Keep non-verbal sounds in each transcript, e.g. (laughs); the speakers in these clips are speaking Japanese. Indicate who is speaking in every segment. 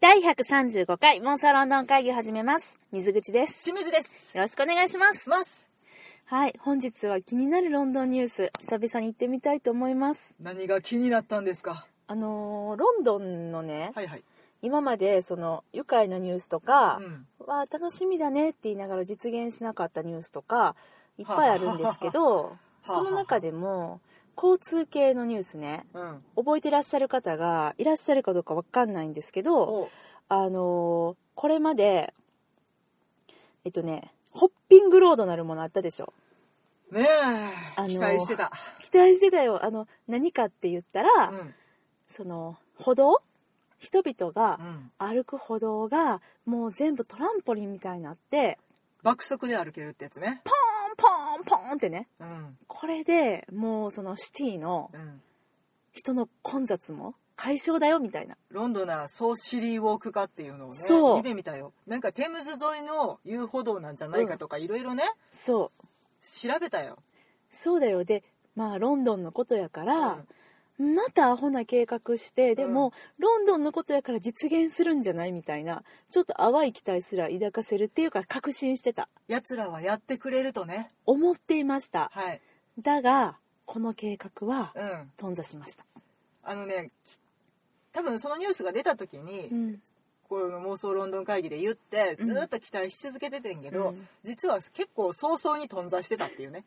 Speaker 1: 第135回妄想ロンドン会議を始めます。水口です。
Speaker 2: 清水です。
Speaker 1: よろしくお願いします。
Speaker 2: ます。
Speaker 1: はい、本日は気になるロンドンニュース、久々に行ってみたいと思います。
Speaker 2: 何が気になったんですか。
Speaker 1: あのーロンドンのね、
Speaker 2: はいはい。
Speaker 1: 今までその愉快なニュースとか
Speaker 2: うん
Speaker 1: は楽しみだねって言いながら実現しなかったニュースとかいっぱいあるんですけど、
Speaker 2: はあ
Speaker 1: その中でも交通系のニュースね、
Speaker 2: うん。
Speaker 1: 覚えてらっしゃる方がいらっしゃるかどうかわかんないんですけど、
Speaker 2: お、
Speaker 1: あのーこれまで、えっとね、ホッピングロードなるものあったでしょ。
Speaker 2: ねえ、
Speaker 1: あのー
Speaker 2: 期待してた。
Speaker 1: 期待してたよ。あの、何かって言ったら、
Speaker 2: うん。
Speaker 1: その、歩道人々が
Speaker 2: うん。
Speaker 1: 歩く歩道がもう全部トランポリンみたいになって、
Speaker 2: 爆速で歩けるってやつね。
Speaker 1: ポーンポーンポーンってね。
Speaker 2: うん。
Speaker 1: これでもうそのシティの
Speaker 2: うん。
Speaker 1: 人の混雑も解消だよみたいな。
Speaker 2: ロンドナーソーシリーウォーク化っていうのをね
Speaker 1: そう
Speaker 2: 夢見たよなんかテムズ沿いの遊歩道なんじゃないかとかいろいろね
Speaker 1: そう。
Speaker 2: 調べたよ、
Speaker 1: そうだよでまあロンドンのことやか
Speaker 2: う
Speaker 1: ら
Speaker 2: ん、
Speaker 1: またアホな計画してでも、
Speaker 2: うん
Speaker 1: ロンドンのことやから実現するんじゃないみたいなちょっと淡い期待すら抱かせるっていうか確信してた
Speaker 2: やつらはやってくれるとね
Speaker 1: 思っていました
Speaker 2: はい
Speaker 1: だがこの計画は
Speaker 2: うん
Speaker 1: 頓挫しました、
Speaker 2: あのねき多分そのニュースが出た時に、
Speaker 1: (laughs) うん、
Speaker 2: この妄想ロンドン会議で言って
Speaker 1: ん
Speaker 2: ずーっと期待し続けててんけど、
Speaker 1: うん
Speaker 2: 実は結構早々に頓挫してたっていうね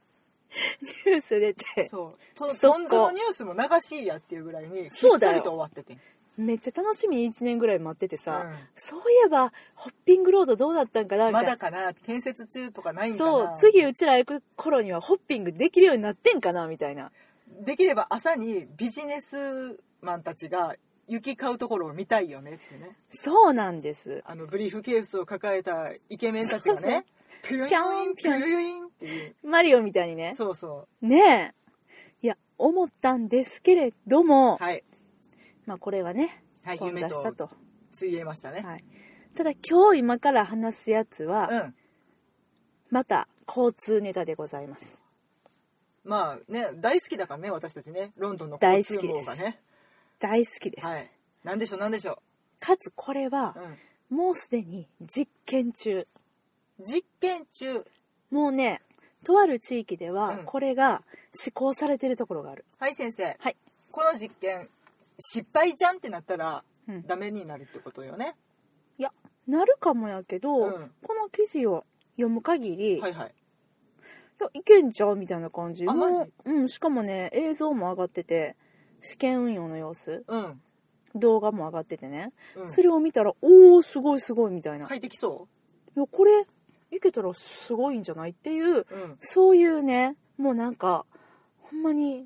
Speaker 1: ニュース出て
Speaker 2: そうその
Speaker 1: そこ
Speaker 2: 頓挫のニュースも流しいやっていうぐらいにひっ
Speaker 1: そうだよ
Speaker 2: そりと終わっててん
Speaker 1: めっちゃ楽しみに1年ぐらい待っててさ、
Speaker 2: うん
Speaker 1: そういえばホッピングロードどうなったんかなみた
Speaker 2: ま
Speaker 1: いな
Speaker 2: だ、かな建設中とかないんかな
Speaker 1: そう次うちら行く頃にはホッピングできるようになってんかなみたいな
Speaker 2: できれば朝にビジネスマンたちが雪買うところを見たいよねってね
Speaker 1: そうなんです
Speaker 2: あのブリーフケースを抱えたイケメンたちがねピューイーン
Speaker 1: ピ
Speaker 2: ピ
Speaker 1: ョ
Speaker 2: ュ
Speaker 1: ン
Speaker 2: ー
Speaker 1: ピョン
Speaker 2: イーンっていう
Speaker 1: マリオみたいにね
Speaker 2: そうそ
Speaker 1: ねえいや思ったんですけれども、
Speaker 2: うはい
Speaker 1: まあこれはね
Speaker 2: はい
Speaker 1: 頓
Speaker 2: 夢
Speaker 1: 挫
Speaker 2: と
Speaker 1: したと、
Speaker 2: ついえましたね、
Speaker 1: はい、ただ今日今から話すやつは、
Speaker 2: うん
Speaker 1: また交通ネタでございます
Speaker 2: まあね大好きだからね私たちねロンドンの
Speaker 1: 大
Speaker 2: 交
Speaker 1: 好き
Speaker 2: 通
Speaker 1: で
Speaker 2: 網
Speaker 1: す
Speaker 2: がね
Speaker 1: 大好きです、
Speaker 2: はいなんでしょうなんでしょ
Speaker 1: かつこれは
Speaker 2: う、う、ん、
Speaker 1: もうすでに実験中
Speaker 2: 実験中
Speaker 1: もうねとある地域では
Speaker 2: うん
Speaker 1: これが施行されてるところがある、
Speaker 2: はい先生
Speaker 1: はい
Speaker 2: この実験失敗じゃんってなったら
Speaker 1: うん
Speaker 2: ダメになるってことよね、
Speaker 1: いやなるかもやけど、
Speaker 2: うん
Speaker 1: この記事を読む限り、
Speaker 2: はいはい
Speaker 1: いや、いけんちゃうみたいな感じ。
Speaker 2: あ
Speaker 1: もう
Speaker 2: マジ
Speaker 1: うん、しかもね、映像も上がってて、試験運用の様子、
Speaker 2: うん、
Speaker 1: 動画も上がっててね。
Speaker 2: うん、
Speaker 1: それを見たら、おー、すごいすごいみたいな。
Speaker 2: 快適そ
Speaker 1: いや、これ、いけたらすごいんじゃないっていう、
Speaker 2: ううん
Speaker 1: そういうね、もうなんか、ほんまに、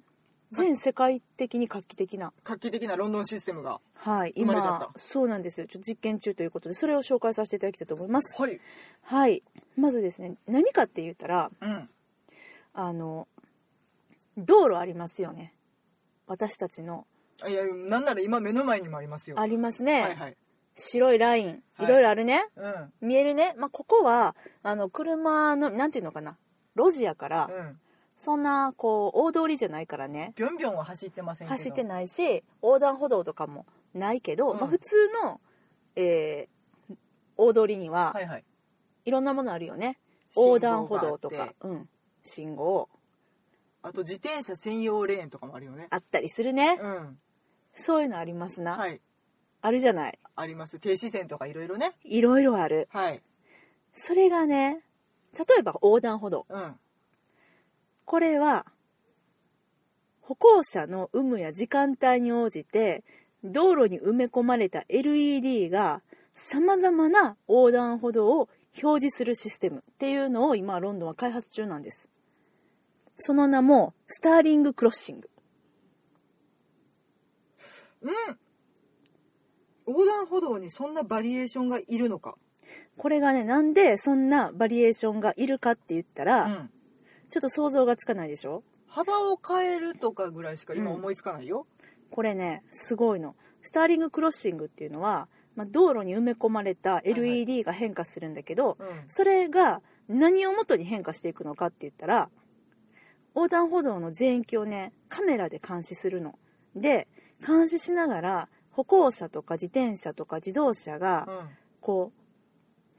Speaker 1: 全世界的に画期的な、
Speaker 2: 画期的なロンドンシステムが
Speaker 1: はい、
Speaker 2: 生まれちゃった
Speaker 1: そうなんですよ。ちょっと実験中ということで、それを紹介させていただきたいと思います。
Speaker 2: はい
Speaker 1: はい。まずですね、何かって言ったら、
Speaker 2: うん
Speaker 1: あの道路ありますよね私たちの
Speaker 2: いやなんなら今目の前にもありますよ
Speaker 1: ありますね、
Speaker 2: はいはい
Speaker 1: 白いライン
Speaker 2: はい
Speaker 1: いろいろあるね、
Speaker 2: うん
Speaker 1: 見えるね、まあ、ここはあの車のなんていうのかな路地やから、
Speaker 2: うん
Speaker 1: そんなこう大通りじゃないからね
Speaker 2: ビョンビョンは走ってませんけど
Speaker 1: 走ってないし横断歩道とかもないけど、
Speaker 2: うん
Speaker 1: まあ、普通の、えー大通りには、、
Speaker 2: はいいはい
Speaker 1: ろんなものあるよね
Speaker 2: 信号
Speaker 1: 横
Speaker 2: があ
Speaker 1: 断
Speaker 2: って
Speaker 1: 歩道とか、うん、信号
Speaker 2: あと自転車専用レーンとかもあるよね
Speaker 1: あったりするね、
Speaker 2: うん
Speaker 1: そういうのありますな、
Speaker 2: はい
Speaker 1: あるじゃない
Speaker 2: あります停止線とかいろいろね
Speaker 1: いろいろある
Speaker 2: はい
Speaker 1: それがね例えば横断歩道
Speaker 2: うん
Speaker 1: これは歩行者の有無や時間帯に応じて道路に埋め込まれた LED がさまざまな横断歩道を表示するシステムっていうのを今ロンドンは開発中なんですその名もスターリングクロッシング
Speaker 2: 横断歩道にそんなバリエーションがいるのか
Speaker 1: これがねなんでそんなバリエーションがいるかって言ったら、
Speaker 2: うん
Speaker 1: ちょっと想像がつかないでしょ
Speaker 2: 幅を変えるとかぐらいしか今
Speaker 1: うん
Speaker 2: 思いつかないよ、
Speaker 1: これねすごいのスターリングクロッシングっていうのは、まあ、道路に埋め込まれた LED が変化するんだけど、
Speaker 2: うん
Speaker 1: それが何をもとに変化していくのかって言ったら横断歩道の全域をねカメラで監視するので監視しながら歩行者とか自転車とか自動車が
Speaker 2: うん、
Speaker 1: こ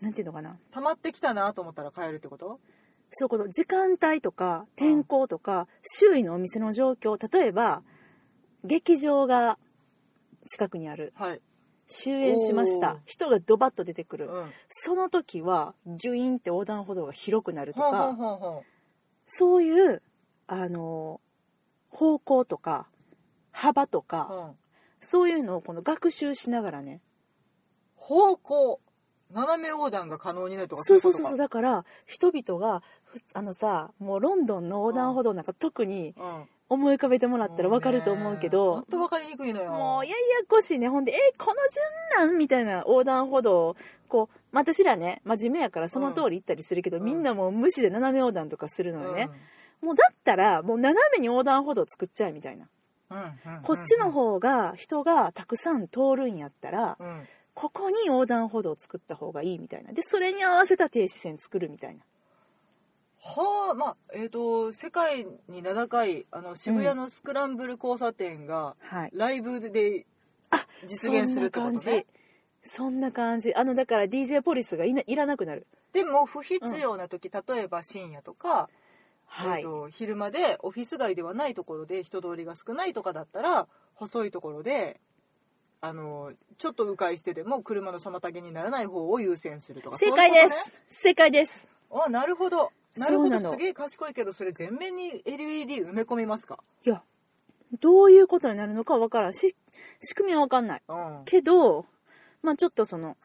Speaker 1: うなんていうのかな
Speaker 2: 溜まってきたなと思ったら変えるってこと
Speaker 1: そうこの時間帯とか天候とか周囲のお店の状況例えば劇場が近くにある
Speaker 2: はい、
Speaker 1: 終演しまし
Speaker 2: おー
Speaker 1: た人がドバッと出てく
Speaker 2: う
Speaker 1: る、
Speaker 2: ん、ほん
Speaker 1: その時はギュインって横断歩道が広くなるとか、
Speaker 2: ほんほんほん
Speaker 1: そういうあの方向とか幅とか、
Speaker 2: うん
Speaker 1: そういうのをこの学習しながらね
Speaker 2: 方向斜め横断が可能になるとか
Speaker 1: そうそう
Speaker 2: い
Speaker 1: そうそう
Speaker 2: ことか
Speaker 1: だから人々がふあのさもうロンドンの横断歩道なんか特に
Speaker 2: うん
Speaker 1: 思い浮かべてもらったら分かると思うけ
Speaker 2: も
Speaker 1: ど
Speaker 2: っと分かりにくいのよ
Speaker 1: もうややこしいねほんで「えこの順なん?」みたいな横断歩道をこうまあ私らね真面目やからその通り行ったりするけど、
Speaker 2: うん
Speaker 1: みんなもう無視で斜め横断とかするのよね、
Speaker 2: う
Speaker 1: もうだったらもう斜めに横断歩道作っちゃえみたいな、
Speaker 2: んうんうん
Speaker 1: こっちの方が人がたくさん通るんやったら、
Speaker 2: うん
Speaker 1: ここに横断歩道を作った方がいいみたいなでそれに合わせた停止線作るみたいな
Speaker 2: はあまあえっ、と世界に名高いあの渋谷のスクランブル交差点が
Speaker 1: はい
Speaker 2: ライブで実現するってこと
Speaker 1: そんな感
Speaker 2: ね、
Speaker 1: じそんな感じあのだから DJ ポリスがいないらなくなる
Speaker 2: でも不必要な時、例えば深夜とか、
Speaker 1: は
Speaker 2: えー、
Speaker 1: い、
Speaker 2: と昼間でオフィス街ではないところで人通りが少ないとかだったら細いところであのちょっと迂回してでも車の妨げにならない方を優先するとか
Speaker 1: 正解で
Speaker 2: そういうこ
Speaker 1: す正解です
Speaker 2: とねあなるほどなるほ
Speaker 1: そう
Speaker 2: ど
Speaker 1: なの
Speaker 2: すげえ賢いけどそれ全面に LED 埋め込みますか
Speaker 1: いやどういうことになるのかわからんし仕組みはわかんない
Speaker 2: うん、
Speaker 1: けどまあちょっとその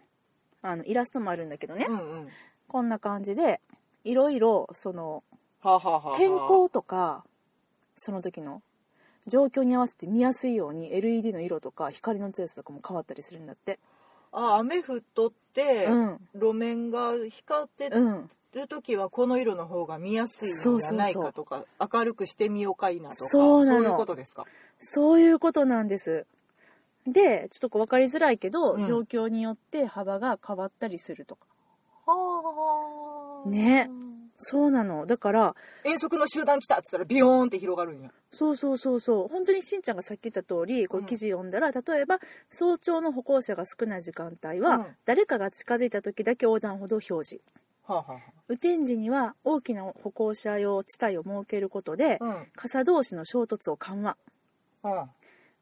Speaker 1: あのイラストもあるんだけどね、
Speaker 2: うんうんは
Speaker 1: こんな感じでいろいろその
Speaker 2: あ、はあはあはあ
Speaker 1: 天候とかその時の状況に合わせて見やすいように LED の色とか光の強さとかも変わったりするんだって
Speaker 2: あ雨降っとって、
Speaker 1: うん
Speaker 2: 路面が光ってて
Speaker 1: うん
Speaker 2: る時はこの色の方が見やすいのじゃないかとか明るくしてみようかいなとか
Speaker 1: そうなの
Speaker 2: いうことですか
Speaker 1: そういうことなんですでちょっとこう分かりづらいけど、
Speaker 2: うん
Speaker 1: 状況によって幅が変わったりするとか
Speaker 2: はあ
Speaker 1: ねそうなのだから
Speaker 2: 遠足の集団来たっつったらビヨーンって広がるんや
Speaker 1: そうそうそうそう本当にしんちゃんがさっき言った通りこ
Speaker 2: う
Speaker 1: うん記事読んだら、例えば早朝の歩行者が少ない時間帯は、
Speaker 2: うん
Speaker 1: 誰かが近づいた時だけ横断歩道表示
Speaker 2: はあ、は
Speaker 1: 雨天時には大きな歩行者用地帯を設けることで、
Speaker 2: あは
Speaker 1: 傘同士の衝突を緩和
Speaker 2: あ、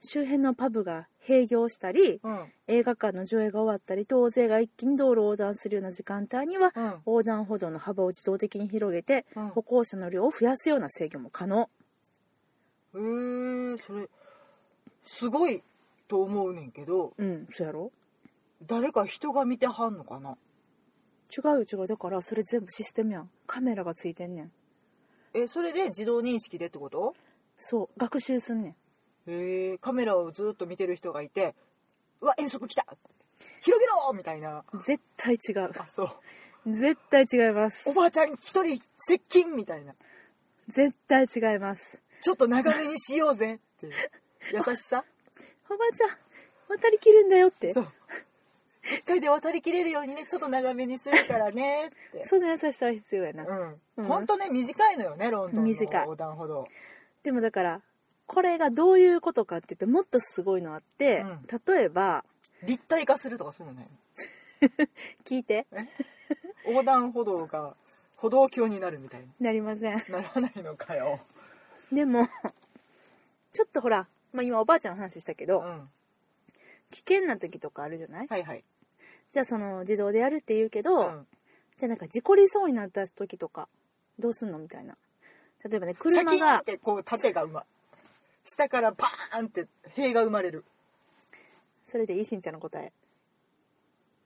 Speaker 1: 周辺のパブが閉業したり
Speaker 2: うんうん
Speaker 1: 映画館の上映が終わったり大勢が一気に道路を横断するような時間帯には、
Speaker 2: うん
Speaker 1: 横断歩道の幅を自動的に広げて、
Speaker 2: うん
Speaker 1: 歩行者の量を増やすような制御も可能
Speaker 2: うんへえそれすごいと思うねんけど
Speaker 1: うんそうやろ
Speaker 2: 誰か人が見てはんのかな
Speaker 1: 違うよ違うだからそれ全部システムやんカメラがついてんねん
Speaker 2: えそれで自動認識でってこと
Speaker 1: そう学習すんねん
Speaker 2: へえカメラをずっと見てる人がいてうわ遠足来た広げろみたいな
Speaker 1: 絶対違う
Speaker 2: あそう
Speaker 1: 絶対違います
Speaker 2: おばあちゃん一人接近みたいな
Speaker 1: 絶対違います
Speaker 2: ちょっと長めにしようぜっていう優しさ
Speaker 1: おばあちゃん渡りきるんだよって
Speaker 2: (laughs) そう一回で渡りきれるようにねちょっと長めにするからねって
Speaker 1: その優しさは必要やな、
Speaker 2: うん本当ね短いのよねロンドンの
Speaker 1: 短い
Speaker 2: 横断歩道
Speaker 1: でもだからこれがどういうことかって言ってもっとすごいのあって、
Speaker 2: うん
Speaker 1: 例えば
Speaker 2: 立体化するとかそういうのない
Speaker 1: 聞いて
Speaker 2: 横断歩道が歩道橋になるみたい
Speaker 1: なりません
Speaker 2: なならないのかよ
Speaker 1: でもちょっとほら、まあ、今おばあちゃんの話したけ
Speaker 2: う
Speaker 1: ど、
Speaker 2: ん
Speaker 1: 危険な時とかあるじゃない、
Speaker 2: はいはい
Speaker 1: じゃあその自動でやるって言うけど、
Speaker 2: うん
Speaker 1: じゃあなんか事故りそうになった時とかどうすんのみたいな例えばね
Speaker 2: シ
Speaker 1: 車
Speaker 2: ャキーン
Speaker 1: が
Speaker 2: ってこう縦が馬下からパーンって塀が生まれる
Speaker 1: それでいいしんちゃんの答え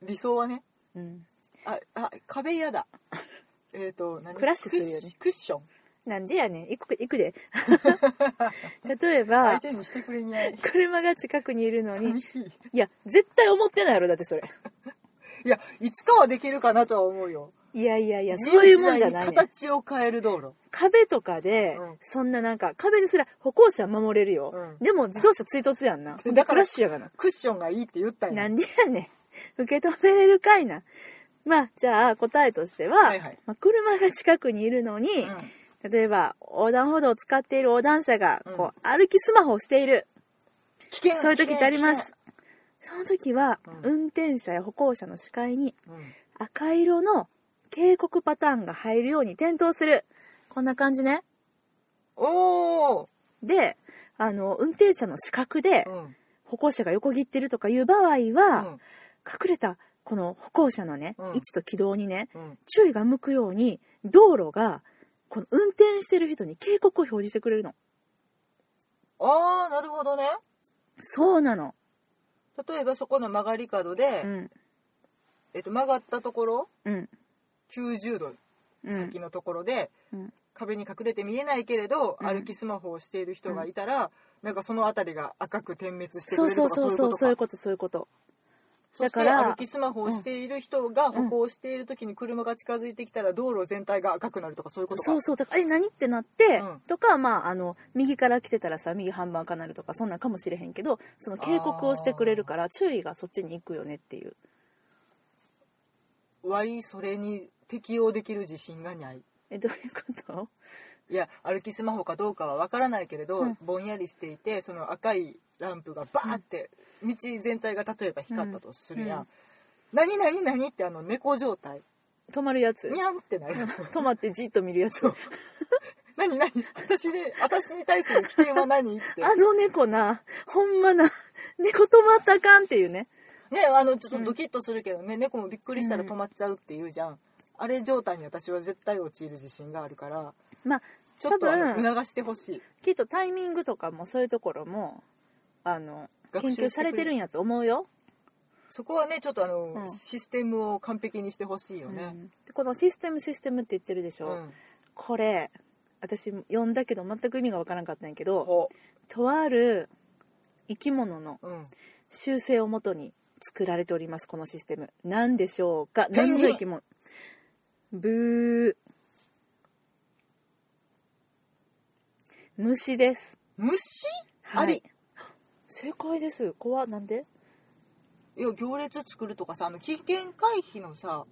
Speaker 2: 理想はね
Speaker 1: うん
Speaker 2: ああ壁嫌だ (laughs) えっ、と何
Speaker 1: クラッシュするよね
Speaker 2: クッシクッション
Speaker 1: なんでやねん行く行く
Speaker 2: (laughs)
Speaker 1: で例え
Speaker 2: 相
Speaker 1: ば
Speaker 2: 手にしてくれにゃい
Speaker 1: 車が近くにいるのに
Speaker 2: 寂しい
Speaker 1: いや絶対思ってないやろだってそれ
Speaker 2: いやいつかはできるかなとは思うよ
Speaker 1: いやいやいや、
Speaker 2: 自
Speaker 1: そう
Speaker 2: 由
Speaker 1: いう
Speaker 2: 自
Speaker 1: もんじ
Speaker 2: 在
Speaker 1: ゃ
Speaker 2: に
Speaker 1: ない、ねん。
Speaker 2: 形を変える道路
Speaker 1: 壁とかで、
Speaker 2: うん
Speaker 1: そんななんか、壁ですら歩行者は守れるよ。
Speaker 2: うん
Speaker 1: でも自動車追突やんな。
Speaker 2: (laughs) だから
Speaker 1: クラッシュやがな。
Speaker 2: クッションがいいって言ったん
Speaker 1: な
Speaker 2: や
Speaker 1: んでやねん。受け止めれるかいな。まあ、じゃあ答えとしては、
Speaker 2: はいはい
Speaker 1: まあ、車が近くにいるのに、例えば横断歩道を使っている横断者が、
Speaker 2: うん
Speaker 1: こう、歩きスマホをしている。
Speaker 2: 危険
Speaker 1: そういう時ってあります。その時は、
Speaker 2: う
Speaker 1: 運転者や歩行者の視界に
Speaker 2: うん
Speaker 1: 赤色の警告パターンが入るように点灯する。こんな感じね。
Speaker 2: おお、
Speaker 1: で、あの、運転者の視覚で
Speaker 2: うんうん
Speaker 1: 歩行者が横切ってるとかいう場合は、隠れたこの歩行者のね、
Speaker 2: うん
Speaker 1: 位置と軌道にね、
Speaker 2: うん
Speaker 1: 注意が向くように道路がこの運転してる人に警告を表示してくれるの。
Speaker 2: ああなるほどね
Speaker 1: そうなの。
Speaker 2: 例えばそこの曲がり角で、
Speaker 1: うん。
Speaker 2: えっと、曲がったところ
Speaker 1: うん。
Speaker 2: 90度
Speaker 1: うん
Speaker 2: 先のところで、
Speaker 1: うん
Speaker 2: 壁に隠れて見えないけれど、
Speaker 1: うん
Speaker 2: 歩きスマホをしている人がいたら、なんかその辺りが赤く点滅してく
Speaker 1: そう
Speaker 2: れる
Speaker 1: そ
Speaker 2: と
Speaker 1: うそ
Speaker 2: かそう
Speaker 1: う
Speaker 2: いう
Speaker 1: そう、
Speaker 2: こと
Speaker 1: そういう
Speaker 2: か
Speaker 1: こと、そういうこと。
Speaker 2: そして
Speaker 1: だから
Speaker 2: 歩きスマホをしている人が歩行している時に車が近づいてきたら道路全体が赤くなるとかそういうことか
Speaker 1: そうそう、だから、え、何ってなって、
Speaker 2: うん
Speaker 1: とか、まあ、あの、右から来てたらさ、右半ばかなるとか、そんなんかもしれへんけど、その警告をしてくれるから、注意がそっちに行くよねっていう。
Speaker 2: わいそれに適応できる自信がない
Speaker 1: え、どういうこと
Speaker 2: いや歩きスマホかどうかは分からないけれど、
Speaker 1: うん
Speaker 2: ぼんやりしていてその赤いランプがバーって道全体が例えば光ったとするやん、
Speaker 1: うん
Speaker 2: 何何何ってあの猫状態
Speaker 1: 止まるやつ
Speaker 2: に。ゃんってなる
Speaker 1: 止まってじっと見るやつ。
Speaker 2: 何何私で私に対する危険は何って
Speaker 1: あの猫な、ほんまな、 (laughs) 猫止まったらあかんっていうね。
Speaker 2: ねあのちょっとドキッとするけどね、猫もびっくりしたら止まっちゃうっていうじゃん、あれ状態に私は絶対陥る自信があるから
Speaker 1: まあ、
Speaker 2: ちょっとあの
Speaker 1: 多分
Speaker 2: 促してほしい
Speaker 1: きっとタイミングとかもそういうところも、あの、
Speaker 2: 学
Speaker 1: 研
Speaker 2: 習してくれ
Speaker 1: 究されてるんやと思うよ。
Speaker 2: そこはねちょっとあの、
Speaker 1: うん
Speaker 2: システムを完璧にしてほしいよ
Speaker 1: う
Speaker 2: ね、
Speaker 1: んでこのシステムシステムって言ってるでし
Speaker 2: う
Speaker 1: ょ。
Speaker 2: ん
Speaker 1: これ、私読んだけど全く意味がわからんかったんやけど、
Speaker 2: ほ
Speaker 1: とある生き物の
Speaker 2: ううん
Speaker 1: 習性をもとに作られております、このシステム。何でしょうか
Speaker 2: ペンギン
Speaker 1: 何の生き物ブー。虫です。
Speaker 2: 虫、
Speaker 1: はい
Speaker 2: あり
Speaker 1: 正解です怖っなんで
Speaker 2: いや行列作るとかさあの危険回避のさ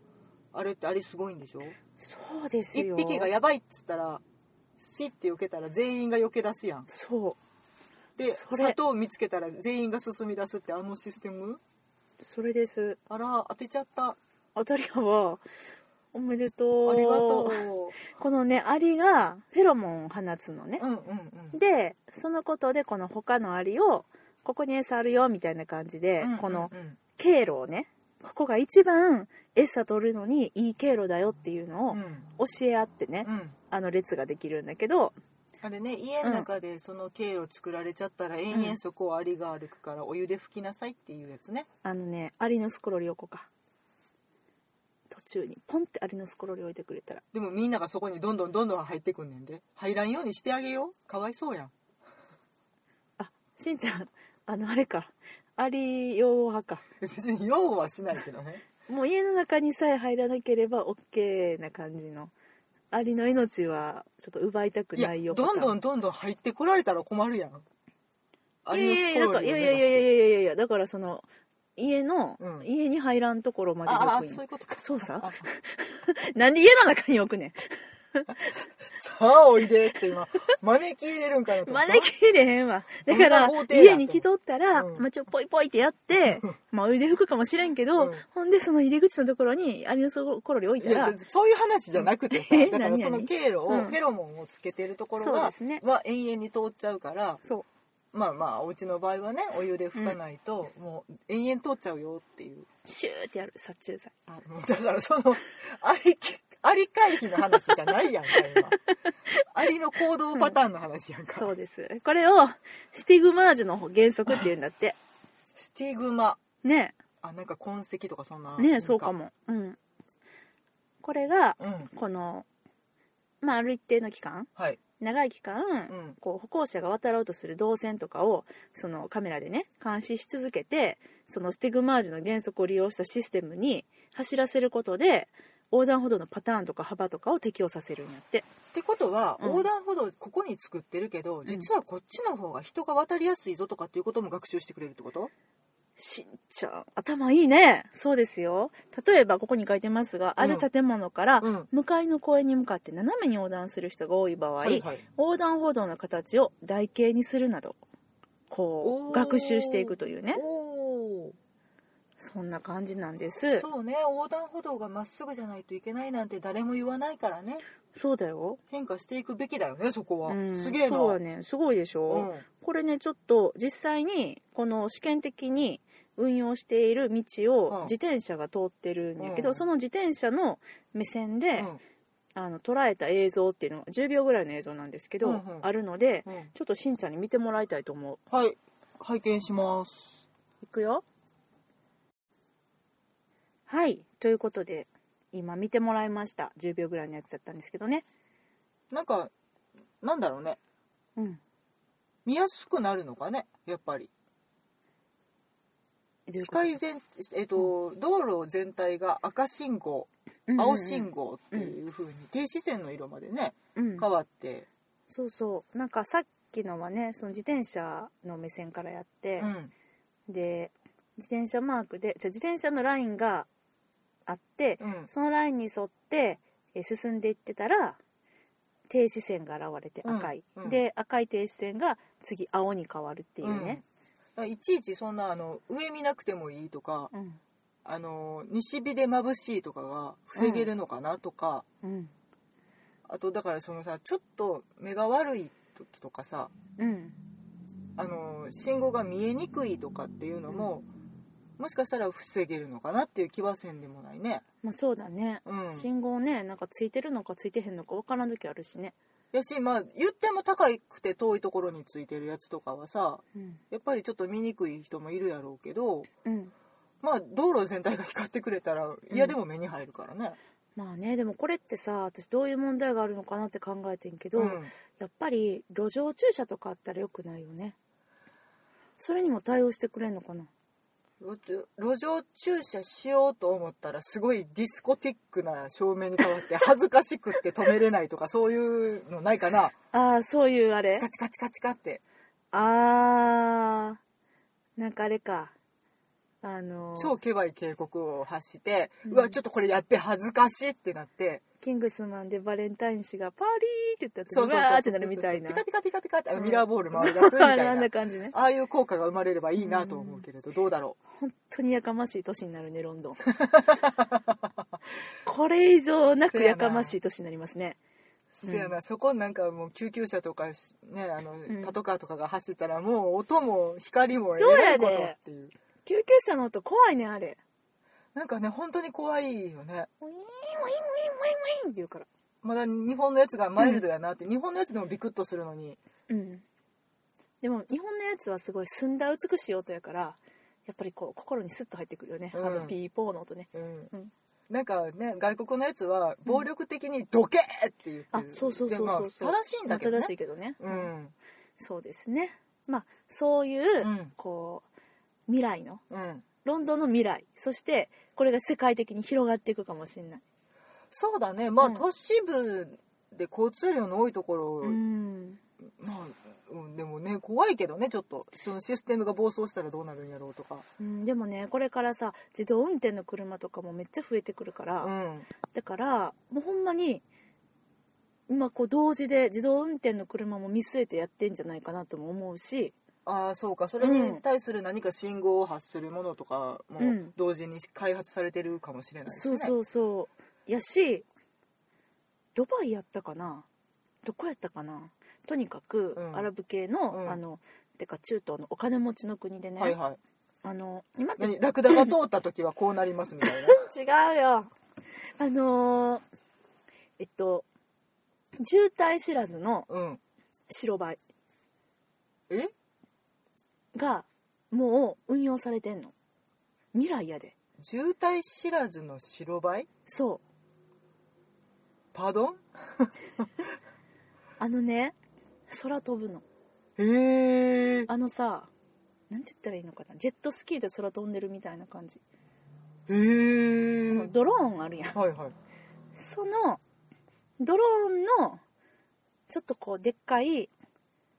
Speaker 2: あれってあれすごいんでしょ
Speaker 1: そうです
Speaker 2: 一
Speaker 1: よ
Speaker 2: 匹がやばいっつったらシって避けたら全員が避け出すやん
Speaker 1: そう
Speaker 2: で
Speaker 1: それ
Speaker 2: 砂糖を見つけたら全員が進み出すってあのシステム
Speaker 1: それです
Speaker 2: あら当てちゃった
Speaker 1: アタリアはおめでとう
Speaker 2: ありがとう
Speaker 1: このねアリがフェロモンを放つのね
Speaker 2: うんうんうん
Speaker 1: でそのことでこの他のアリをここに餌あるよみたいな感じで、
Speaker 2: うん
Speaker 1: この
Speaker 2: うん
Speaker 1: 経路をねここが一番餌取るのにいい経路だよっていうの
Speaker 2: う
Speaker 1: を
Speaker 2: ん
Speaker 1: 教え合ってね、
Speaker 2: うんうん
Speaker 1: あの列ができるんだけど
Speaker 2: あれね家の中でその経路作られちゃったら延々そこをアリが歩くからお湯で拭きなさいっていうやつね
Speaker 1: あのねアリのスクロール横か途中にポンってアリのスクロール置いてくれたら
Speaker 2: でもみんながそこにどんどんどんどん入ってくんねんで入らんようにしてあげようかわいそうやん
Speaker 1: あしんちゃん (laughs) あのあれかアリ用派か
Speaker 2: 別に用はしないけど
Speaker 1: (laughs)
Speaker 2: ね
Speaker 1: もう家の中にさえ入らなければ OK な感じのアリの命はちょっと奪いたく
Speaker 2: いや
Speaker 1: ないよ
Speaker 2: どんど
Speaker 1: ん
Speaker 2: んどんどん入ってこられたら困るやんアリのス
Speaker 1: いやいや
Speaker 2: コ
Speaker 1: だか
Speaker 2: ールを
Speaker 1: ら
Speaker 2: 目
Speaker 1: いやいや
Speaker 2: 指
Speaker 1: いやい
Speaker 2: して
Speaker 1: やいやいやいやだからその家の、
Speaker 2: うん
Speaker 1: 家に入らんところまで
Speaker 2: あ
Speaker 1: よ
Speaker 2: あ
Speaker 1: く
Speaker 2: そういうことか
Speaker 1: そうさ
Speaker 2: あ
Speaker 1: (laughs) なんで家の中に置くね
Speaker 2: さあおいでって今招き入れるんかなと
Speaker 1: ん
Speaker 2: 思った
Speaker 1: 招き入れへんわだから
Speaker 2: どんな豪邸やと
Speaker 1: 家に来とったら、
Speaker 2: うん
Speaker 1: まあちょポイポイってやって、まあ腕拭くかもしれんけど、
Speaker 2: うん
Speaker 1: ほんでその入り口のところにアリのコロリ置い
Speaker 2: い
Speaker 1: た
Speaker 2: や
Speaker 1: ら
Speaker 2: じゃそういう話じゃなくてさ
Speaker 1: え
Speaker 2: だから
Speaker 1: 何
Speaker 2: その
Speaker 1: 何
Speaker 2: 経路を
Speaker 1: うん
Speaker 2: フェロモンをつけてるところ
Speaker 1: そう
Speaker 2: が、
Speaker 1: ですね
Speaker 2: は延々に通っちゃうから
Speaker 1: そう
Speaker 2: まあまあお家の場合はねお湯で拭かないと、もう延々通っちゃうよっていう
Speaker 1: シューってやる殺虫剤
Speaker 2: あもうだからそのありきあり回避の話じゃないやんか今ありの行動パターンの話やんか、
Speaker 1: そうですこれをスティグマージュの原則っていうんだって
Speaker 2: スティグマ
Speaker 1: ね
Speaker 2: あなんか痕跡とかそんな
Speaker 1: ねそうかもうんこれが
Speaker 2: うん
Speaker 1: このまあある一定の期間
Speaker 2: はい
Speaker 1: 長い期間、
Speaker 2: うん
Speaker 1: こう歩行者が渡ろうとする動線とかをそのカメラでね監視し続けてそのスティグマージュの原則を利用したシステムに走らせることで横断歩道のパターンとか幅とかを適用させるんやって
Speaker 2: ってことは、
Speaker 1: うん
Speaker 2: 横断歩道ここに作ってるけど実はこっちの方が人が渡りやすいぞとかっていうことも学習してくれるってこと
Speaker 1: しんちゃん頭いいねそうですよ例えばここに書いてますが、
Speaker 2: うん
Speaker 1: ある建物から
Speaker 2: うん
Speaker 1: 向かいの公園に向かって斜めに横断する人が多い場合、
Speaker 2: はい
Speaker 1: 横断歩道の形を台形にするなどこ
Speaker 2: お
Speaker 1: う
Speaker 2: ー
Speaker 1: 学習していくというね
Speaker 2: おー
Speaker 1: そんな感じなんですそう
Speaker 2: そうね横断歩道がまっすぐじゃないといけないなんて誰も言わないからね
Speaker 1: だよ、
Speaker 2: 変化していくべきだよねそこは、
Speaker 1: うん、
Speaker 2: すげえな
Speaker 1: そうだねすごいでし
Speaker 2: う
Speaker 1: ょ、
Speaker 2: ん
Speaker 1: これねちょっと実際にこの試験的に運用している道を
Speaker 2: うん
Speaker 1: 自転車が通ってるんやけど、
Speaker 2: うん
Speaker 1: その自転車の目線で、
Speaker 2: うん
Speaker 1: あの捉えた映像っていうのが10秒ぐらいの映像なんですけど、
Speaker 2: うんうん
Speaker 1: あるので、
Speaker 2: うん
Speaker 1: ちょっとしんちゃんに見てもらいたいと思う
Speaker 2: はい拝見します
Speaker 1: いくよはいということで今見てもらいました10秒ぐらいのやつだったんですけどね
Speaker 2: なんかなんだろうね
Speaker 1: うん
Speaker 2: 見やすくなるのかねやっぱり視界全、えっと道路全体が赤信号青信
Speaker 1: 号、
Speaker 2: 号っていう風に停止線の色までね
Speaker 1: うんうんうん
Speaker 2: 変わって、
Speaker 1: そうそうなんかさっきのはねその自転車の目線からやって
Speaker 2: う、ん
Speaker 1: で自転車マークでじゃあ自転車のラインがあって、
Speaker 2: うん
Speaker 1: そのラインに沿ってえー進んでいってたら停止線が現れて
Speaker 2: うん
Speaker 1: 赤い、
Speaker 2: うん
Speaker 1: で赤い停止線が次青に変わるっていうね、
Speaker 2: だからいちいちそんなあの上見なくてもいいとか
Speaker 1: うん
Speaker 2: あの西日で眩しいとかが防げるのかなとか、
Speaker 1: うん
Speaker 2: あとだからそのさちょっと目が悪い時とかさ
Speaker 1: うん
Speaker 2: あの信号が見えにくいとかっていうのも、もしかしたら防げるのかなっていう気はせんでもないね。
Speaker 1: まあそうだね、
Speaker 2: うん、
Speaker 1: 信号ねなんかついてるのかついてへんのかわからん時あるしね、
Speaker 2: やしまあ言っても高くて遠いところについてるやつとかはさ
Speaker 1: うん
Speaker 2: やっぱりちょっと見にくい人もいるやろうけど
Speaker 1: うん、
Speaker 2: まあ道路全体が光ってくれたらいやでも目に入るからね。
Speaker 1: まあねでもこれってさ私どういう問題があるのかなって考えてんけど、
Speaker 2: うん
Speaker 1: やっぱり路上駐車とかあったらよくないよねそれにも対応してくれんのかな
Speaker 2: 路上路上駐車しようと思ったらすごいディスコティックな照明に変
Speaker 1: (laughs)
Speaker 2: わって恥ずかしくって止めれないとかそういうのないかな
Speaker 1: ああそういうあれ
Speaker 2: チカチカチカチカって
Speaker 1: あーなんかあれかあの
Speaker 2: 超けばい警告を発して、うわちょっとこれやって恥ずかしいってなって
Speaker 1: キングスマンでバレンタイン氏がパーリーって言った
Speaker 2: そ
Speaker 1: ら
Speaker 2: う
Speaker 1: う
Speaker 2: そう
Speaker 1: わ
Speaker 2: そ
Speaker 1: ー
Speaker 2: う
Speaker 1: ってなるみたいな
Speaker 2: ピカ
Speaker 1: そ
Speaker 2: ピカピカピカってあの
Speaker 1: うん
Speaker 2: ミラーボール回り出すみ
Speaker 1: う
Speaker 2: たい
Speaker 1: (laughs) あ
Speaker 2: な,、
Speaker 1: んな感じね
Speaker 2: ああいう効果が生まれればいいなと思うけれど、どうだろ
Speaker 1: 本当にやかましい年になるねロン (laughs) ドンこれ以上なくやかましい年になりますね
Speaker 2: う、せやなそこなんかもう救急車とかしねあの、
Speaker 1: ん
Speaker 2: パトカーとかが走ったらもう音も光もえ
Speaker 1: そう
Speaker 2: ら
Speaker 1: や
Speaker 2: い
Speaker 1: で
Speaker 2: ことっていう
Speaker 1: 救急車の音怖いねあれ
Speaker 2: なんかね本当に怖い
Speaker 1: ウィーン
Speaker 2: よね
Speaker 1: ウィーンウィーンウィーンウィーンって言うから
Speaker 2: まだ日本のやつがマイルドやなって、日本のやつでもビクッとするのに
Speaker 1: うんでも日本のやつはすごい澄んだ美しい音やからやっぱりこう心にスッと入ってくるよね、
Speaker 2: うん
Speaker 1: あのピーポーの音ね
Speaker 2: うん、
Speaker 1: うん
Speaker 2: なんかね外国のやつは暴力的に「どけ!」って言ってる、
Speaker 1: あそうそうそうそうそう、
Speaker 2: でまあ、正しいんだけどね
Speaker 1: 正しいけどね
Speaker 2: うん
Speaker 1: そうですねまあそういう、
Speaker 2: うん
Speaker 1: こう未来の
Speaker 2: うん
Speaker 1: ロンドンの未来そしてこれが世界的に広がっていくかもしれない
Speaker 2: そうだねまあ、
Speaker 1: うん
Speaker 2: 都市部で交通量の多いところ、
Speaker 1: うん
Speaker 2: まあうんでもね怖いけどねちょっとそのシステムが暴走したらどうなるんやろうとか
Speaker 1: うんでもねこれからさ自動運転の車とかもめっちゃ増えてくるから、
Speaker 2: うん
Speaker 1: だからもうほんまに今こう同時で自動運転の車も見据えてやってんじゃないかなとも思うし
Speaker 2: ああそうかそれに対する何か信号を発するものとかも
Speaker 1: うん
Speaker 2: 同時に開発されてるかもしれないです
Speaker 1: そ
Speaker 2: ね
Speaker 1: うそうそうやしドバイやったかなどこやったかなとにかく
Speaker 2: うん
Speaker 1: アラブ系の、
Speaker 2: うん
Speaker 1: あのてか中東のお金持ちの国でね、
Speaker 2: はいはい
Speaker 1: あの今って違
Speaker 2: 何ラクダが通った時はこうなりますみた
Speaker 1: (laughs)
Speaker 2: いな
Speaker 1: うよあのーえっと渋滞知らずの
Speaker 2: うん
Speaker 1: 白バイ
Speaker 2: え
Speaker 1: がもう運用されてんの未来やで
Speaker 2: 渋滞知らずの白バイ
Speaker 1: そう
Speaker 2: パードン
Speaker 1: あのね空飛ぶの
Speaker 2: へえ
Speaker 1: あのさなんて言ったらいいのかなジェットスキーで空飛んでるみたいな感じ
Speaker 2: へえ
Speaker 1: ドローンあるやん
Speaker 2: はいはい
Speaker 1: そのドローンのちょっとこうでっかい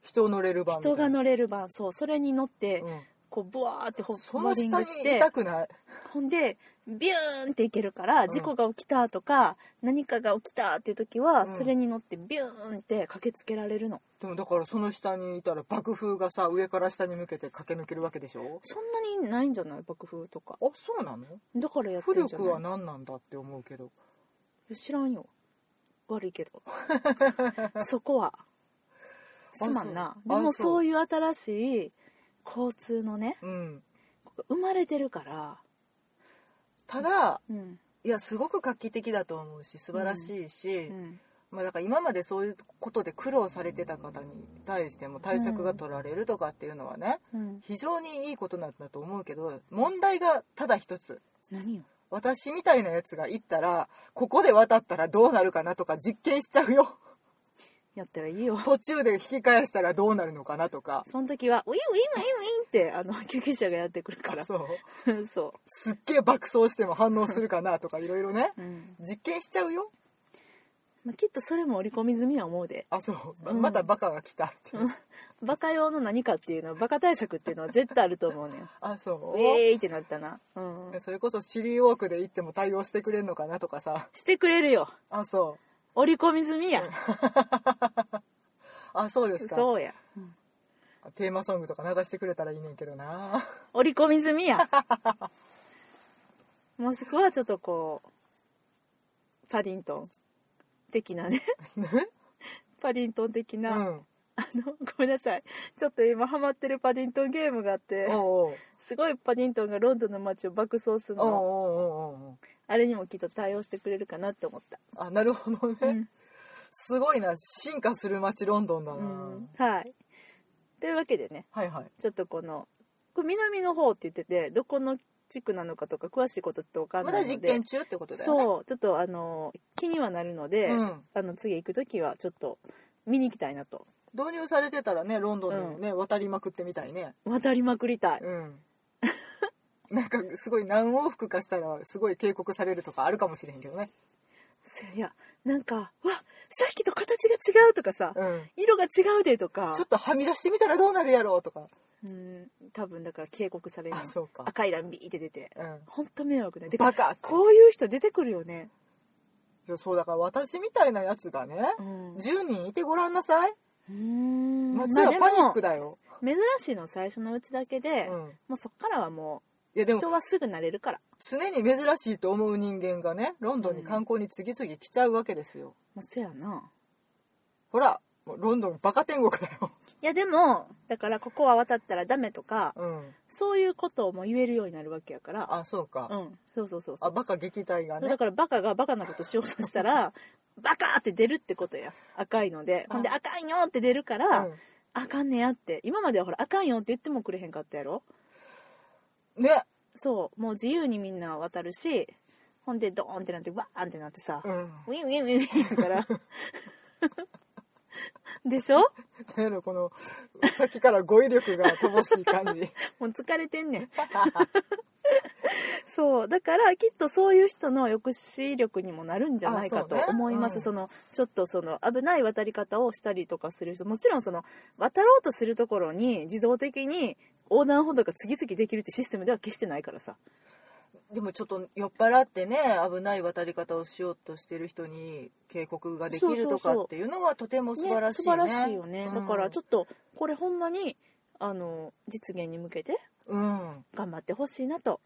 Speaker 2: 人乗れる版みたい
Speaker 1: 人
Speaker 2: な
Speaker 1: が乗れるバンそうそれに乗って
Speaker 2: うん
Speaker 1: こうブワーってホ
Speaker 2: そ
Speaker 1: ホバ
Speaker 2: の
Speaker 1: リン
Speaker 2: 下
Speaker 1: グし
Speaker 2: にい
Speaker 1: て
Speaker 2: たくない
Speaker 1: ほんでビューンっていけるから
Speaker 2: ん
Speaker 1: 事故が起きたとか、何かが起きたっていう時は、
Speaker 2: うん
Speaker 1: それに乗ってビューンって駆けつけられるの
Speaker 2: でもだからその下にいたら爆風がさ上から下に向けて駆け抜けるわけでしょ
Speaker 1: そんなにないんじゃない爆風とか
Speaker 2: あそうなの
Speaker 1: だからやって
Speaker 2: 浮
Speaker 1: るんじゃ
Speaker 2: 力
Speaker 1: ない
Speaker 2: は何なんだって思うけど
Speaker 1: いや知らんよ悪いけ
Speaker 2: (laughs)
Speaker 1: どそこはすまんな
Speaker 2: あ
Speaker 1: で
Speaker 2: そう
Speaker 1: も
Speaker 2: あそう
Speaker 1: そういう新しい交通のね
Speaker 2: うん
Speaker 1: 生まれてるから
Speaker 2: ただ
Speaker 1: うん
Speaker 2: いやすごく画期的だと思うし素晴らしいし、
Speaker 1: うん
Speaker 2: まあ、だから今までそういうことで苦労されてた方に対しても対策が取られるとかっていうのはね、
Speaker 1: うん
Speaker 2: 非常にいいことなんだと思うけど問題がただ一つ
Speaker 1: 何よ
Speaker 2: 私みたいなやつが行ったらここで渡ったらどうなるかなとか実験しちゃうよ
Speaker 1: やったらいい
Speaker 2: (laughs)
Speaker 1: よ
Speaker 2: 途中で引き返したらどうなるのかなとか
Speaker 1: その時はウィンウィンウィンウィンってあの救急車がやってくるか
Speaker 2: あ
Speaker 1: ら
Speaker 2: そう
Speaker 1: (laughs) そ
Speaker 2: すっげえ爆走しても反応するかなとかいろいろね
Speaker 1: う、うん
Speaker 2: 実験しちゃうよ
Speaker 1: まあ、きっとそれも織り込み済みや思うで
Speaker 2: あそう、
Speaker 1: うん
Speaker 2: またバカが来たって、
Speaker 1: バカ用の何かっていうのはバカ対策っていうのは絶対あると思うねん
Speaker 2: あそう
Speaker 1: ウェーイってなったなうん
Speaker 2: それこそシリーウォークで行っても対応してくれんのかなとかさ
Speaker 1: してくれるよ
Speaker 2: あそう
Speaker 1: 織り込み済みや
Speaker 2: あそうですか
Speaker 1: そうや
Speaker 2: テーマソングとか流してくれたらいいねんけどな
Speaker 1: 織り込み済み
Speaker 2: (laughs)
Speaker 1: やもしくはちょっとこうパディントン的なね (laughs) パディントン的
Speaker 2: う
Speaker 1: な、
Speaker 2: ん
Speaker 1: あのごめんなさいちょっと今ハマってるパディントンゲームがあって
Speaker 2: おうおう
Speaker 1: すごいパディントンがロンドンの街を爆走する
Speaker 2: おうお
Speaker 1: の
Speaker 2: うおうおう
Speaker 1: あれにもきっと対応してくれるかなって思った、
Speaker 2: あなるほどね、
Speaker 1: うん
Speaker 2: すごいな進化する街ロンドンだな、
Speaker 1: うん、はいというわけでね
Speaker 2: はいはい
Speaker 1: ちょっとこのこれ南の方って言っててどこの地区なのかとか詳しいことって分かん
Speaker 2: ま
Speaker 1: ないので
Speaker 2: だ実験中ってことだよね
Speaker 1: そうちょっとあの気にはなるので、
Speaker 2: うん
Speaker 1: あの次行く時はちょっと見に行きたいなと
Speaker 2: 導入されてたらねロンドンにもね、渡りまくってみたいね
Speaker 1: 渡りまくりたい、
Speaker 2: うんなんかすごい何往復かしたらすごい警告されるとかあるかもしれへんけどね
Speaker 1: せいやなんかうわさっきと形が違うとかさ、
Speaker 2: うん
Speaker 1: 色が違うでとか
Speaker 2: ちょっとはみ出してみたらどうなるやろうとか
Speaker 1: うん多分だから警告されるの
Speaker 2: あそうか
Speaker 1: 赤いランビーって出て、
Speaker 2: うん
Speaker 1: ほんと迷惑ねで
Speaker 2: バカ
Speaker 1: こういう人出てくるよね
Speaker 2: そうだから私みたいなやつがね、
Speaker 1: うん
Speaker 2: 10人いてごらんなさいう
Speaker 1: ーん
Speaker 2: 街はパニック
Speaker 1: だ
Speaker 2: だよ、
Speaker 1: 珍しいのは最初のうちだけで、
Speaker 2: うん
Speaker 1: もうそっからはも
Speaker 2: いや
Speaker 1: う
Speaker 2: でも
Speaker 1: 人はすぐ慣れるから
Speaker 2: 常に珍しいと思う人間がねロンドンに観光に次々来ちゃうわけですよ、
Speaker 1: もうそやな
Speaker 2: ほらもうロンドンバカ天国だよ、
Speaker 1: いやでもだからここは渡ったらダメとか、
Speaker 2: うん、
Speaker 1: そういうことをもう言えるようになるわけやから
Speaker 2: あそうか、
Speaker 1: うんそうそうそうそ
Speaker 2: あ
Speaker 1: う
Speaker 2: バカ撃退が
Speaker 1: だ
Speaker 2: ね
Speaker 1: からバカがバカなことしようとしたらバカって出るってことや赤いので
Speaker 2: あ
Speaker 1: ほんで「あかんよ」って出るから、
Speaker 2: うん
Speaker 1: あかんねやって今まではほら「あかんよ」って言ってもくれへんかったやろ
Speaker 2: ね
Speaker 1: そうもう自由にみんな渡るしほんでドーンってなってバーンってなってさ、
Speaker 2: うん
Speaker 1: ウィンウィンウィンウィンだから
Speaker 2: (laughs)
Speaker 1: でしょ
Speaker 2: 何やろこのさっきから語彙力が乏しい感じ
Speaker 1: もう疲れてんね
Speaker 2: (laughs)
Speaker 1: んそうだからきっとそういう人の抑止力にもなるんじゃないか
Speaker 2: あ
Speaker 1: と
Speaker 2: そうね
Speaker 1: 思います
Speaker 2: うん
Speaker 1: そ,、のちょっとその危ない渡り方をしたりとかする人もちろんその渡ろうとするところに自動的に横断歩道が次々できるってシステムでは決してないからさ
Speaker 2: (laughs) でもちょっと酔っ払ってね危ない渡り方をしようとしてる人に警告ができるとかっていうのはとても素晴らしいね
Speaker 1: 素晴らしいよね、だからちょ
Speaker 2: っ
Speaker 1: っとこれほんまにあの実現に向けて
Speaker 2: とうん
Speaker 1: 頑張ってほしいなと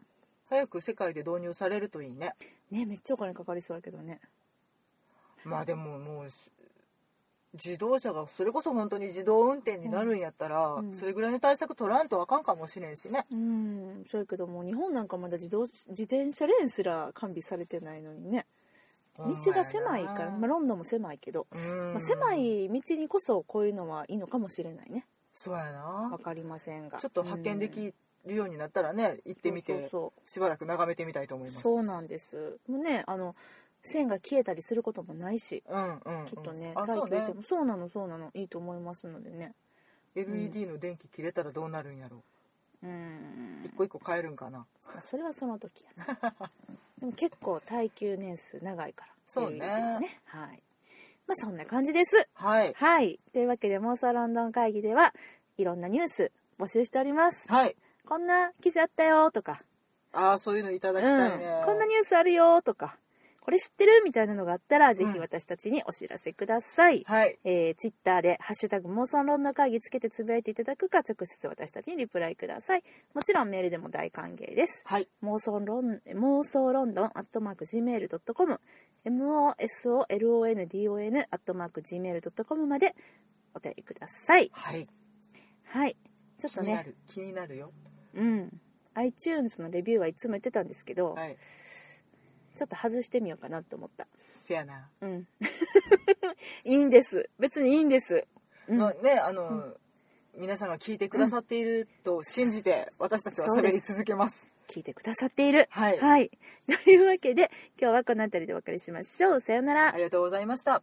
Speaker 2: 早く世界で導入されるといいね
Speaker 1: ねめっちゃお金かかりそうやけどね
Speaker 2: まあでももうし自動車がそれこそ本当に自動運転になるんやったら、
Speaker 1: うんうん
Speaker 2: それぐらいの対策取らんとあかんかもしれんしね
Speaker 1: うんそうやけども日本なんかまだ自動自転車レーンすら完備されてないのにね道が狭いから、まあ、ロンドンも狭いけど、
Speaker 2: うん
Speaker 1: まあ、狭い道にこそこういうのはいいのかもしれないね
Speaker 2: そうやな
Speaker 1: わかりませんが
Speaker 2: ちょっと発見で
Speaker 1: うん
Speaker 2: きるようになったらね行ってみて
Speaker 1: そう
Speaker 2: しばらく眺めてみたいと思い
Speaker 1: そ
Speaker 2: ま
Speaker 1: う
Speaker 2: す
Speaker 1: そうなんですもうねあの線が消えたりすることもないし
Speaker 2: うんうんうん、
Speaker 1: きっとね、
Speaker 2: あ
Speaker 1: 耐
Speaker 2: そう
Speaker 1: 久性
Speaker 2: ね
Speaker 1: もそうなのそうなのいいと思いますのでね
Speaker 2: LED の電気切れたらどうなるんやろ
Speaker 1: うん
Speaker 2: 一個一個変えるんかな
Speaker 1: まあそれはその時やなでも結構耐久年数長いから
Speaker 2: そうね
Speaker 1: LED ははいまあそんな感じです
Speaker 2: はい
Speaker 1: はいというわけで妄想ロンドン会議ではいろんなニュース募集しております
Speaker 2: はい
Speaker 1: こんな記事あったよとか
Speaker 2: ああそういうのいただきたいね、
Speaker 1: うん、こんなニュースあるよとかこれ知ってるみたいなのがあったら、ぜひ私たちにお知らせください。
Speaker 2: はい
Speaker 1: えー、ツイッターで、ハッシュタグ妄想論の会議つけてつぶやいていただくか、直接私たちにリプライください。もちろんメールでも大歓迎です。
Speaker 2: はい
Speaker 1: 妄想論、妄想ロンドン、アットマーク Gmail.com、mosolondon、アットマーク Gmail.com までお便りください。
Speaker 2: はい
Speaker 1: はい。ちょっ
Speaker 2: 気
Speaker 1: と
Speaker 2: にな
Speaker 1: ね、
Speaker 2: る、気になるよ
Speaker 1: うん。iTunes のレビューはいつも言ってたんですけど、
Speaker 2: はい
Speaker 1: ちょっと外してみようかなと思った。
Speaker 2: せやな、
Speaker 1: うん。 (laughs) いいんです。別にいいんです。うん
Speaker 2: まあねあの、皆さんが聞いてくださっていると信じて私たちは喋り続けます
Speaker 1: 聞いてくださってい (laughs) る。
Speaker 2: はい
Speaker 1: というわけで、今日はこの辺りでお別れしましょう。さようなら
Speaker 2: あ。りがとうございました